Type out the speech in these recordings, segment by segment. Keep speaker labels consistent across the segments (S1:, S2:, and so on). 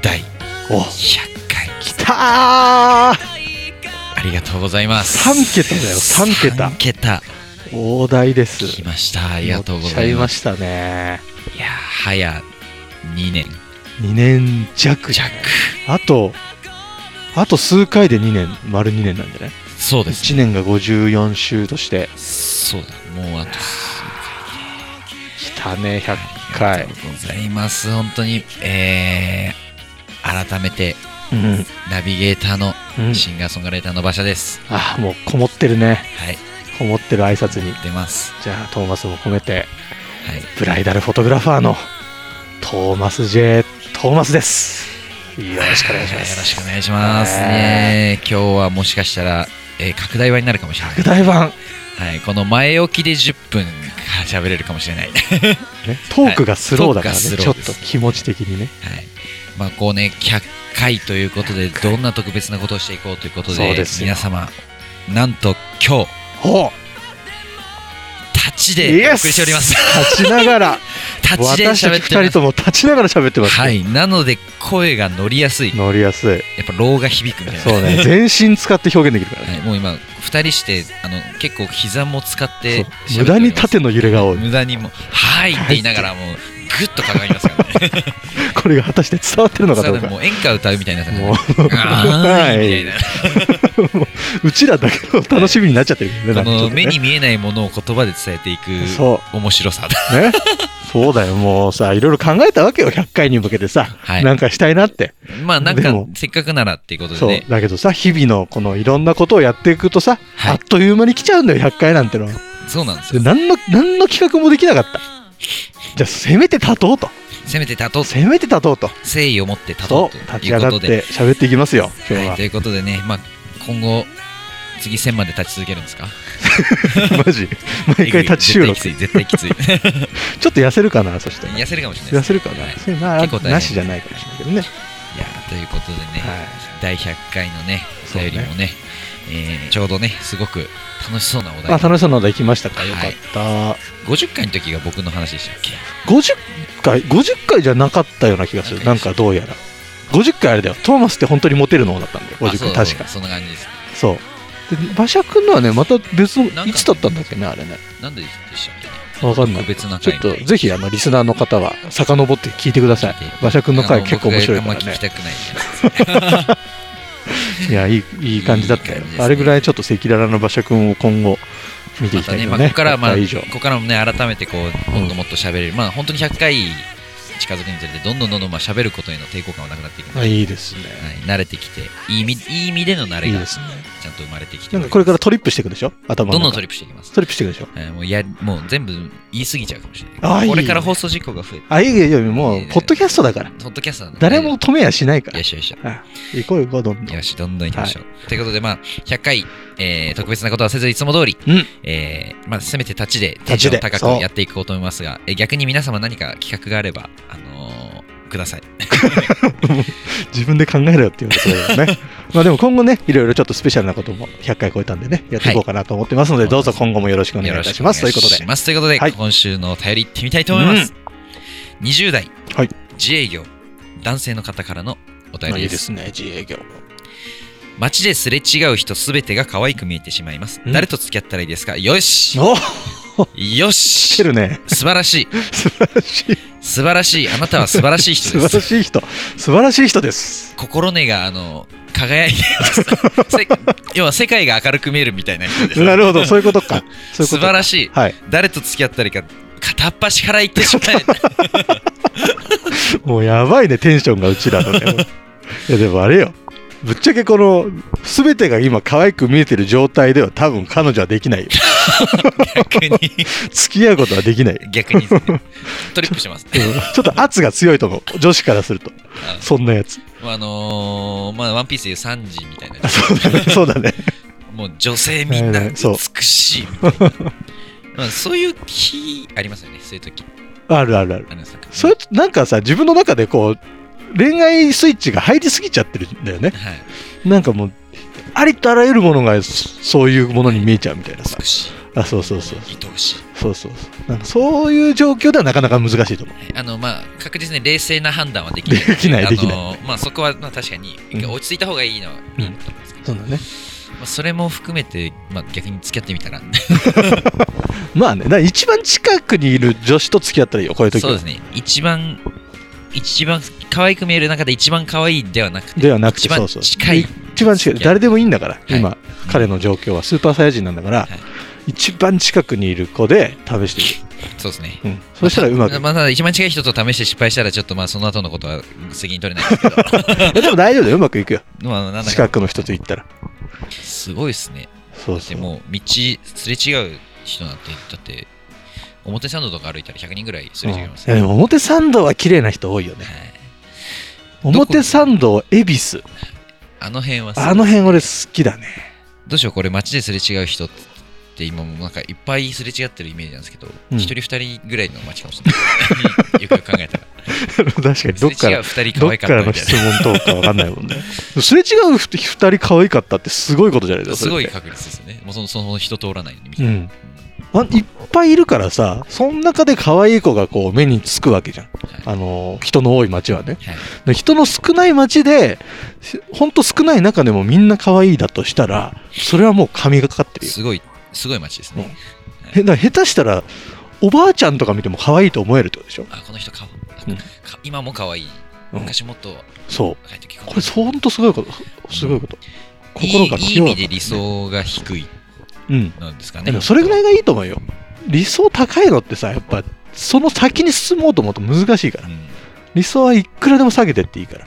S1: 第
S2: お、
S1: 100回
S2: 来たー
S1: ありがとうございます
S2: 三桁だよ三桁
S1: 3桁
S2: 大台です。
S1: 来ましたありがとうござ
S2: 乗っちゃ
S1: い
S2: いま
S1: ます
S2: したね。
S1: いやー早2年
S2: 2年弱。
S1: 弱
S2: あと、あと数回で2年、丸2年なんじゃない
S1: そうです
S2: ?1 年が54週として、
S1: そうだもうあと
S2: 来たね、100
S1: あり
S2: 回
S1: が。とうございます本当にえー、改めて
S2: うん。
S1: ナビゲーターの
S2: うん。
S1: シンガーソングライターの馬車です、
S2: あ、もうこもってるね。
S1: はい
S2: こもってる挨拶に。
S1: 出ます
S2: じゃあ、トーマスも込めて、
S1: はい
S2: ブライダルフォトグラファーのトーマス J. トーマスです。よろしくお願いします。
S1: よろしくお願いします。
S2: ね
S1: ねえ今日はもしかしたら、えー拡大版になるかもしれない
S2: 拡。大版、
S1: はい、この前置きで10分喋れるかもしれない。はい、
S2: ね、トークがスローだからね、
S1: はいトーク
S2: ち
S1: がスロー
S2: ょっ
S1: です
S2: と気持ち的にね。
S1: まあこうね100回ということでどんな特別なことをしていこうということで
S2: そうですよ
S1: 皆様なんと今日
S2: ほ
S1: 立ちでお送りしております。
S2: 立ちな がら、
S1: 立ちで
S2: 私た
S1: 喋
S2: ち
S1: ってお
S2: 2
S1: り
S2: 人とも立ちながら喋って
S1: ま。
S2: ますす。
S1: はい、なので声が乗りやすい。や
S2: 乗りやすい。
S1: っぱローが響くみたいな。
S2: そ うね、全身使って表現できるから
S1: は
S2: ね。
S1: い、もう今2人してあの結構膝も使って
S2: そ
S1: 喋っ
S2: う無
S1: てお
S2: 駄
S1: り
S2: に
S1: ます
S2: 縦の揺れが多い。
S1: 無駄にもう「はい」って言いながらもうグッとかがりますから ね
S2: これが果たして伝わってるのか
S1: そ
S2: どう
S1: う
S2: か。
S1: もう演歌歌うみたいにな
S2: もう
S1: 「あーい」みたいな
S2: うちらだけの楽しみになっちゃってるけどね、
S1: こ
S2: な
S1: の
S2: んかちょっとね
S1: 目に見えないものを言葉で伝えていく
S2: そ
S1: 面白さだ
S2: うね。 そうだよ、もうさ、いろいろ考えたわけよ、100回に向けてさ、
S1: はい
S2: なんかしたいなって。
S1: まあなん
S2: で
S1: か
S2: も
S1: せっかくならっていうことで
S2: そう
S1: ね
S2: だけどさ日々のこのいろんなことをやっていくとさ、
S1: はい
S2: あっという間に来ちゃうんだよ100回なんてのは
S1: そうなんです
S2: で
S1: よ
S2: 何の何の企画もできなかったじゃあせめて立とうと
S1: せめて立とう
S2: せめて立とうと
S1: 誠意を持って立と
S2: そうう
S1: と
S2: 立ち
S1: いう
S2: 上
S1: こ
S2: が
S1: と
S2: っ
S1: で
S2: て喋っていきますよ今日
S1: は
S2: はい
S1: ということでねまあ今後次1000まで立ち続けるんですか
S2: マジ毎回立 ち収録ちょ
S1: 絶対きつい絶対きつい
S2: っと痩せるかなそして
S1: 痩せるかもしれないで
S2: 痩
S1: す
S2: せるか
S1: はい
S2: なそれまあ
S1: 結構大変
S2: なしじゃないかもしれないけどね
S1: いやーということでね、
S2: はい
S1: 第100回のねお
S2: そう
S1: 便
S2: ね
S1: りもねえーちょうどねすごく楽しそうなお題、
S2: まあ楽しそうなので行きましたか
S1: はい
S2: よかった、
S1: 50回の時が僕の話でしたっけ
S2: 50回50回じゃなかったような気がするなんかどうやら50回あれだよトーマスって本当にモテるのだったんだよ
S1: あそう
S2: 50回確か
S1: そんな感じです
S2: そう。で、馬車くんのはね、また別の、
S1: なんかね
S2: いつだったんだっけね、あれね。
S1: なんででしたっけね
S2: わかんない
S1: 特。別な
S2: ち
S1: 回
S2: ょっと、ぜひ、あの、リスナーの方は、遡って聞いてください
S1: 聞いて。
S2: 馬車くんの
S1: あ
S2: 回結構面白いか
S1: 僕があんま聞
S2: ら
S1: き
S2: ね。
S1: たくない
S2: いや、いい、いい感じだった
S1: いい
S2: よ
S1: 感じです。ね
S2: あれぐらいちょっと赤裸々な馬車くんを今後、見てい
S1: ま
S2: き
S1: た
S2: た
S1: ね、
S2: いけ
S1: まあ、
S2: どね。
S1: ここからまあ
S2: 100回以上。
S1: ここからもね改めてこうもっともっと喋れる、まあ本当に100回近づくにつれてどんどんどんどんまあ喋ることへの抵抗感はなくなっていくので、
S2: あ
S1: はい
S2: いですね。
S1: 慣れてきていい意味いい意味での慣れ
S2: いい
S1: が
S2: です
S1: ち
S2: ね。
S1: ゃんと生まれてきておりま
S2: なん
S1: す
S2: か、これからトリップしていくでしょ頭
S1: どんどん
S2: ト
S1: ト
S2: リ
S1: リッ
S2: ッ
S1: プしていきます
S2: プ。トリップしていくでしょ
S1: えーもうやもう全部言い過ぎちゃうかもしれ
S2: あ
S1: な
S2: ー
S1: い。
S2: いい
S1: これから放送事故が増えて、
S2: あ、いいよ、いいよ、もう、ポッドキャストだから。
S1: ポッドキャストなんで
S2: 誰も止めやしないか
S1: よ
S2: ら
S1: い。しょよいしょ。
S2: あ行こう行こう、どんどん
S1: よ。し、どんどんいきましょう。ということで、まあ、100回、えー特別なことはせず、いつも通り、
S2: うん
S1: えーまあ、せめて立ちで、テンシ
S2: 立ち
S1: ョン
S2: で
S1: 高く
S2: そう
S1: やっていこうと思いますが、えー逆に皆様何か企画があれば、あのーください。
S2: 自分で考えろよっていうことだよね。 まあでも今後ね、いろいろちょっとスペシャルなことも100回超えたんでね、やっていこうかなと思ってますので、
S1: はい
S2: どうぞ今後もよろしくお願いいたします。ということで
S1: し。ます。ということで、
S2: はい
S1: 今週のお便り行ってみたいと思います。20代、
S2: はい
S1: 自営業、男性の方からのお便りです。
S2: ね、自営業。
S1: 街ですれ違う人すべてが可愛く見えてしまいます。
S2: うん
S1: 誰と付き合ったらいいですかよし
S2: お
S1: よ
S2: 来
S1: して
S2: る ね。
S1: 素晴らしい
S2: 素晴らしい。
S1: 素晴らしいあなたは素晴らしい人
S2: 素
S1: で
S2: 晴ら
S1: す
S2: しい人。素晴らしい人です。
S1: 心根があの輝いてますせ要は世界が明るく見えるみたいな人です
S2: なるほど、そういうことか。そういうこと
S1: 素晴ら
S2: しい。
S1: しい
S2: はい。
S1: 誰と付き合ったらいいか片っ端から言ってしまえ
S2: もうやばいね、テンションがうちらのね。いや、でもあれよ。ぶっちゃけこの、すべてが今可愛く見えてる状態では多分彼女はできないよ。
S1: 逆に
S2: 付き合うことはできないよ。
S1: 逆にですねトリップしてます
S2: うんちょっと圧が強いと思う。女子からすると。そんなやつ。
S1: まああのーまあ、ワンピースでいう3時みたいな、
S2: そうだね。そうだね。
S1: もう女性みんな
S2: はいはいそう
S1: 美しいみたいな、ま あ、そういう気ありますよね、そういう時
S2: あるあるある。
S1: あのなんか
S2: それなんかさ、自分の中でこう、恋愛スイッチが入りすぎちゃってるんだよね。
S1: はい、
S2: なんかもう、ありとあらゆるものがそそういうものに見えちゃうみたいなさ
S1: 美。しい、
S2: あ、そうそうそう。
S1: 愛おしい、
S2: そうそうそう。なんかそういう状況ではなかなか難しいと思う。
S1: あのまあ、確実に冷静な判断はできない
S2: できない
S1: あの
S2: できな
S1: まあ、そこは、まあ、確かに
S2: うん
S1: 落ち着いた方がいいのは、いいと思うんですけど
S2: そうだね。
S1: まあ、それも含めて、まあ、逆に付き合ってみたら、
S2: まあね、だから一番近くにいる女子と付き合ったらいいよ、こういう時
S1: そう
S2: は
S1: ですね、一番、一番可愛く見える中で一番可愛いではなくて、
S2: ではなくて、
S1: 一番
S2: そうそう
S1: 近い、
S2: 一番近い。誰でもいいんだから、
S1: い
S2: 今、彼の状況はスーパーサイヤ人なんだから、
S1: はい
S2: 一番近くにいる子で試して
S1: そうですね。
S2: みる。うん。そしたらうまく。
S1: まあ、ただ一番近い人と試して失敗したら、ちょっとまあその後のことは責任取れないですけど、
S2: えでも大丈夫だよ、うまくいくよ。
S1: まあ、なんだか
S2: 近くの人と行ったら。
S1: すごいですね。
S2: そう
S1: だって
S2: そう。
S1: もう道すれ違う人なんて、だって表参道とか歩いたら100人ぐらいすれ違います
S2: うん
S1: ね。
S2: いやでも表参道は綺麗な人多いよね。
S1: はいこ
S2: 表参道、恵比寿。
S1: あの辺はさ
S2: あの辺俺好きだね。
S1: どうしようこれ街ですれ違う人って今もなんかいっぱいすれ違ってるイメージなんですけど
S2: うん
S1: 一、人二人ぐらいの街かもしれない よくよく考えたら
S2: 確かに、 どっから。
S1: すれ違う二人可
S2: どっ
S1: 愛か
S2: から
S1: った
S2: の
S1: みたい
S2: 質問とかわかんないもんね。 すれ違うふ二人可愛かったってすごいことじゃないで
S1: な
S2: す
S1: す
S2: か。そ
S1: ご
S2: れ
S1: い
S2: って
S1: 確率ですよねもうそのその人通らないようにみた
S2: う
S1: いな、
S2: ん。あいっぱいいるからさ、その中で可愛い子がこう目につくわけじゃん。
S1: は
S2: あの、人の多い街はね。
S1: いはい
S2: で人の少ない街で、しほんと少ない中でもみんな可愛いだとしたら、それはもう神がかかってるよ。
S1: すごいすごい街ですね、
S2: へだから下手したら、おばあちゃんとか見ても可愛いと思えるってことでしょ。
S1: あこの人か,か、
S2: うん
S1: 今も可愛い
S2: うん
S1: 昔もっと
S2: そう。
S1: 若い時
S2: これほんとすごいこと。すごいこと。心が
S1: いいいい意
S2: 清らか
S1: 味で理想が低い
S2: うん。
S1: なんですか
S2: で
S1: ね
S2: もそれぐらいがいいと思うよ。理想高いのってさ、やっぱ、その先に進もうと思うと難しいから
S1: う。ん
S2: 理想はいくらでも下げてっていいから。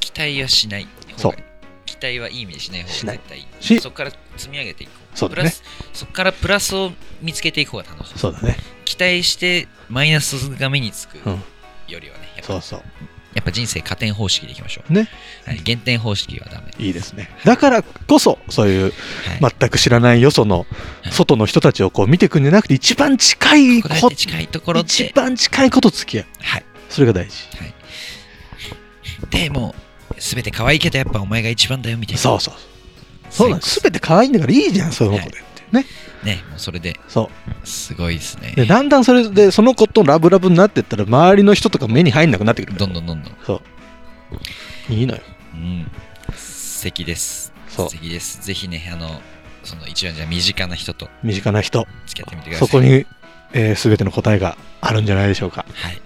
S1: 期待はしない
S2: そ
S1: 方
S2: う
S1: が期待はいい意味でしない方が絶対いい
S2: し
S1: そこから積み上げていこう
S2: そうだね
S1: プラスそこからプラスを見つけていく方が楽しい
S2: そうだね。
S1: 期待してマイナスが目につく
S2: うん
S1: よりはね、やっぱ
S2: そうそう。
S1: やっぱ人生加点方式でいきましょう
S2: ね、
S1: はい、減点方式はダメ、
S2: いいですね。だからこそ、そういう
S1: はい
S2: 全く知らないよその
S1: い
S2: 外の人たちをこう見てくんじゃなくて、一番近い
S1: ここだ
S2: こ
S1: け、近いところで
S2: 一番近いこと付き合う。
S1: はい
S2: それが大事。
S1: はい、でもう全て可愛いけどやっぱお前が一番だよみたいな
S2: そうそう。そうなんです。すべて可愛いんだからいいじゃん、その子でっていうね。
S1: ねもうそれで
S2: そ
S1: すごいですね
S2: う。で、だんだんそれで、その子とラブラブになってったら、周りの人とか目に入んなくなってくる。
S1: どんどんどんどん
S2: そう。いいのよ。
S1: うん、素敵です。
S2: そう
S1: 素敵です。ぜひね、あの、その一番じゃあ身近な人と
S2: 身近な人。
S1: 付き合ってみてくださ
S2: そ
S1: い。
S2: こに、えー、全ての答えがあるんじゃないでしょうか。
S1: はい。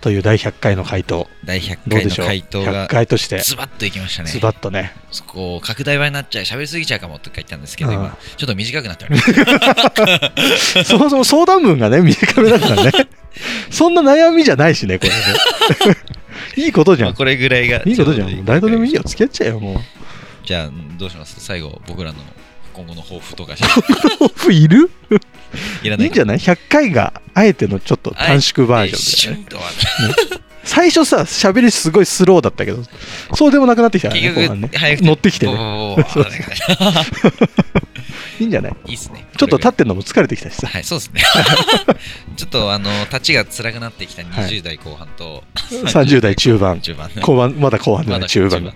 S2: という第100回の回答。
S1: 第100
S2: どう
S1: 回
S2: で
S1: の
S2: しょう
S1: 回答が
S2: ?100 回として、
S1: ズバッといきましたね。
S2: ズバッとね。
S1: そこ、拡大版になっちゃう、喋りすぎちゃうかもとか言ったんですけど、
S2: うん
S1: 今、ちょっと短くなっております。
S2: そもそも相談文がね、短めだからね。 そんな悩みじゃないしね、これね。いいことじ
S1: ま
S2: ゃ
S1: あ
S2: ん。
S1: これぐらいが。
S2: いいことじゃん。もう誰とでもいいよ。付き合っちゃえよ、もう。
S1: じゃあ、どうします最後、僕らの今後の抱負と か
S2: いる
S1: いらないい
S2: いんじゃない ?100 回があえてのちょっと短縮バージョンで、ね。
S1: ョ
S2: 最初さ、喋りすごいスローだったけど、そうでもなくなってきたからね、後半
S1: 結
S2: ね
S1: 局、。早く
S2: 乗ってきてね。
S1: ね。ボーボーボーボーボー
S2: いいんじゃない
S1: いいっすね。
S2: ちょっと立
S1: た
S2: ってんのも疲れてきたしさ。
S1: はい、そう ですね。ちょっとあの立ちが辛くなってきた
S2: はい
S1: 20代後半 と
S2: 30代中盤。
S1: 中盤
S2: 後半、まだ後半だね、中盤。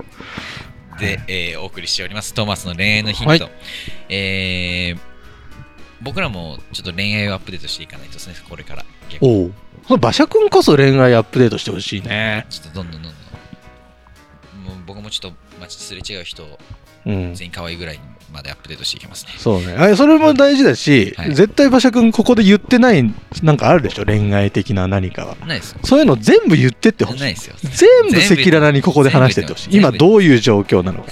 S1: で、えーお送りしております。トーマスの恋愛のヒント。
S2: はい
S1: えー僕らもちょっと恋愛をアップデートしていかないとですね、これから。結構
S2: おう。その馬車くんこそ恋愛アップデートしてほしいね。
S1: ちょっとどんどんどんどん。もう僕もちょっと街ですれ違う人を
S2: うん。
S1: 全員可愛いぐらいまでアップデートしていきますね。
S2: そうね。あそれも大事だし、
S1: はい
S2: 絶対馬車くんここで言ってない、なんかあるでしょ恋愛的な何かは。
S1: ないですよ。
S2: そういうの全部言ってってほし。
S1: ないいですよ。
S2: 全部赤裸々にここで話してってほしい。
S1: 全部
S2: 今どういう状況なのか。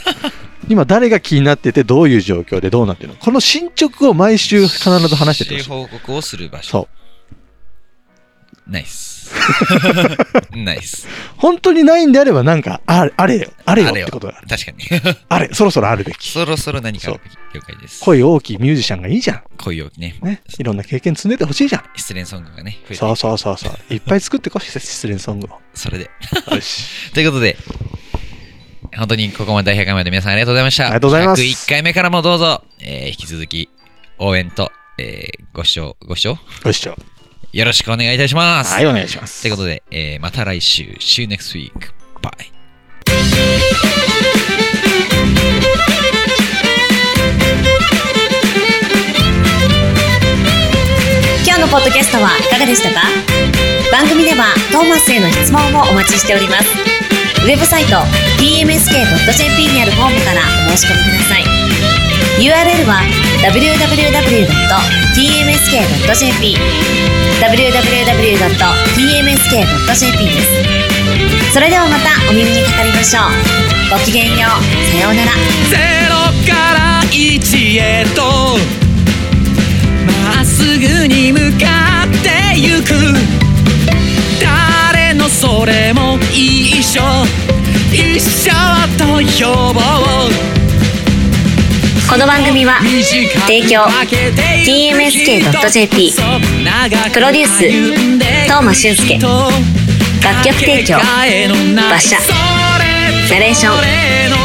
S2: 今誰が気になっててどういう状況でどうなってるのか。この進捗を毎週必ず話してってほしい。
S1: 報告をする場所。
S2: そう。
S1: ナイ ス。ナイス。
S2: 本当にないんであればなんか、あれ、あれよ。あれよってことだ。
S1: 確かに。
S2: あれ、そろそろあるべき。
S1: そろそろ何かあるべき了解です。
S2: 声大きいミュージシャンがいいじゃん。
S1: 恋をね、
S2: ね。いろんな経験積んでてほしいじゃん。
S1: 失恋ソングがね、増えていく
S2: そうそうそうそう。いっぱい作ってこい、失恋ソングを。
S1: それで。
S2: よし。
S1: ということで、本当にここまで第100回まで皆さんありがとうございました。
S2: ありがとうございます
S1: 101回目からもどうぞ、えー引き続き応援と、えーご視聴、ご視聴
S2: ご視聴。
S1: よろしくお願いいたします。
S2: はい、お願いします。
S1: ということで、えーまた来週、See you next week. Bye.
S3: 「今日のポッドキャストはいかがでしたか番組ではトーマスへの質問もお待ちしておりますウェブサイト tmsk.jp にあるフォームからお申し込みください URL は www.tmsk.jp www.tmsk.jp ですそれではまたお耳にかかりましょうごきげんようさようなら
S4: ゼロから一へとまっすぐに向かってゆく誰のそれも一緒一緒と呼ぼう
S3: この番組は提供 TMSK.jp プロデュース東間俊介楽曲提供馬車ナレーション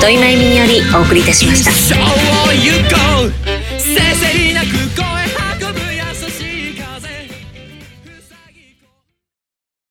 S3: 土井真由美によりお送りいたしました
S4: 一生を夢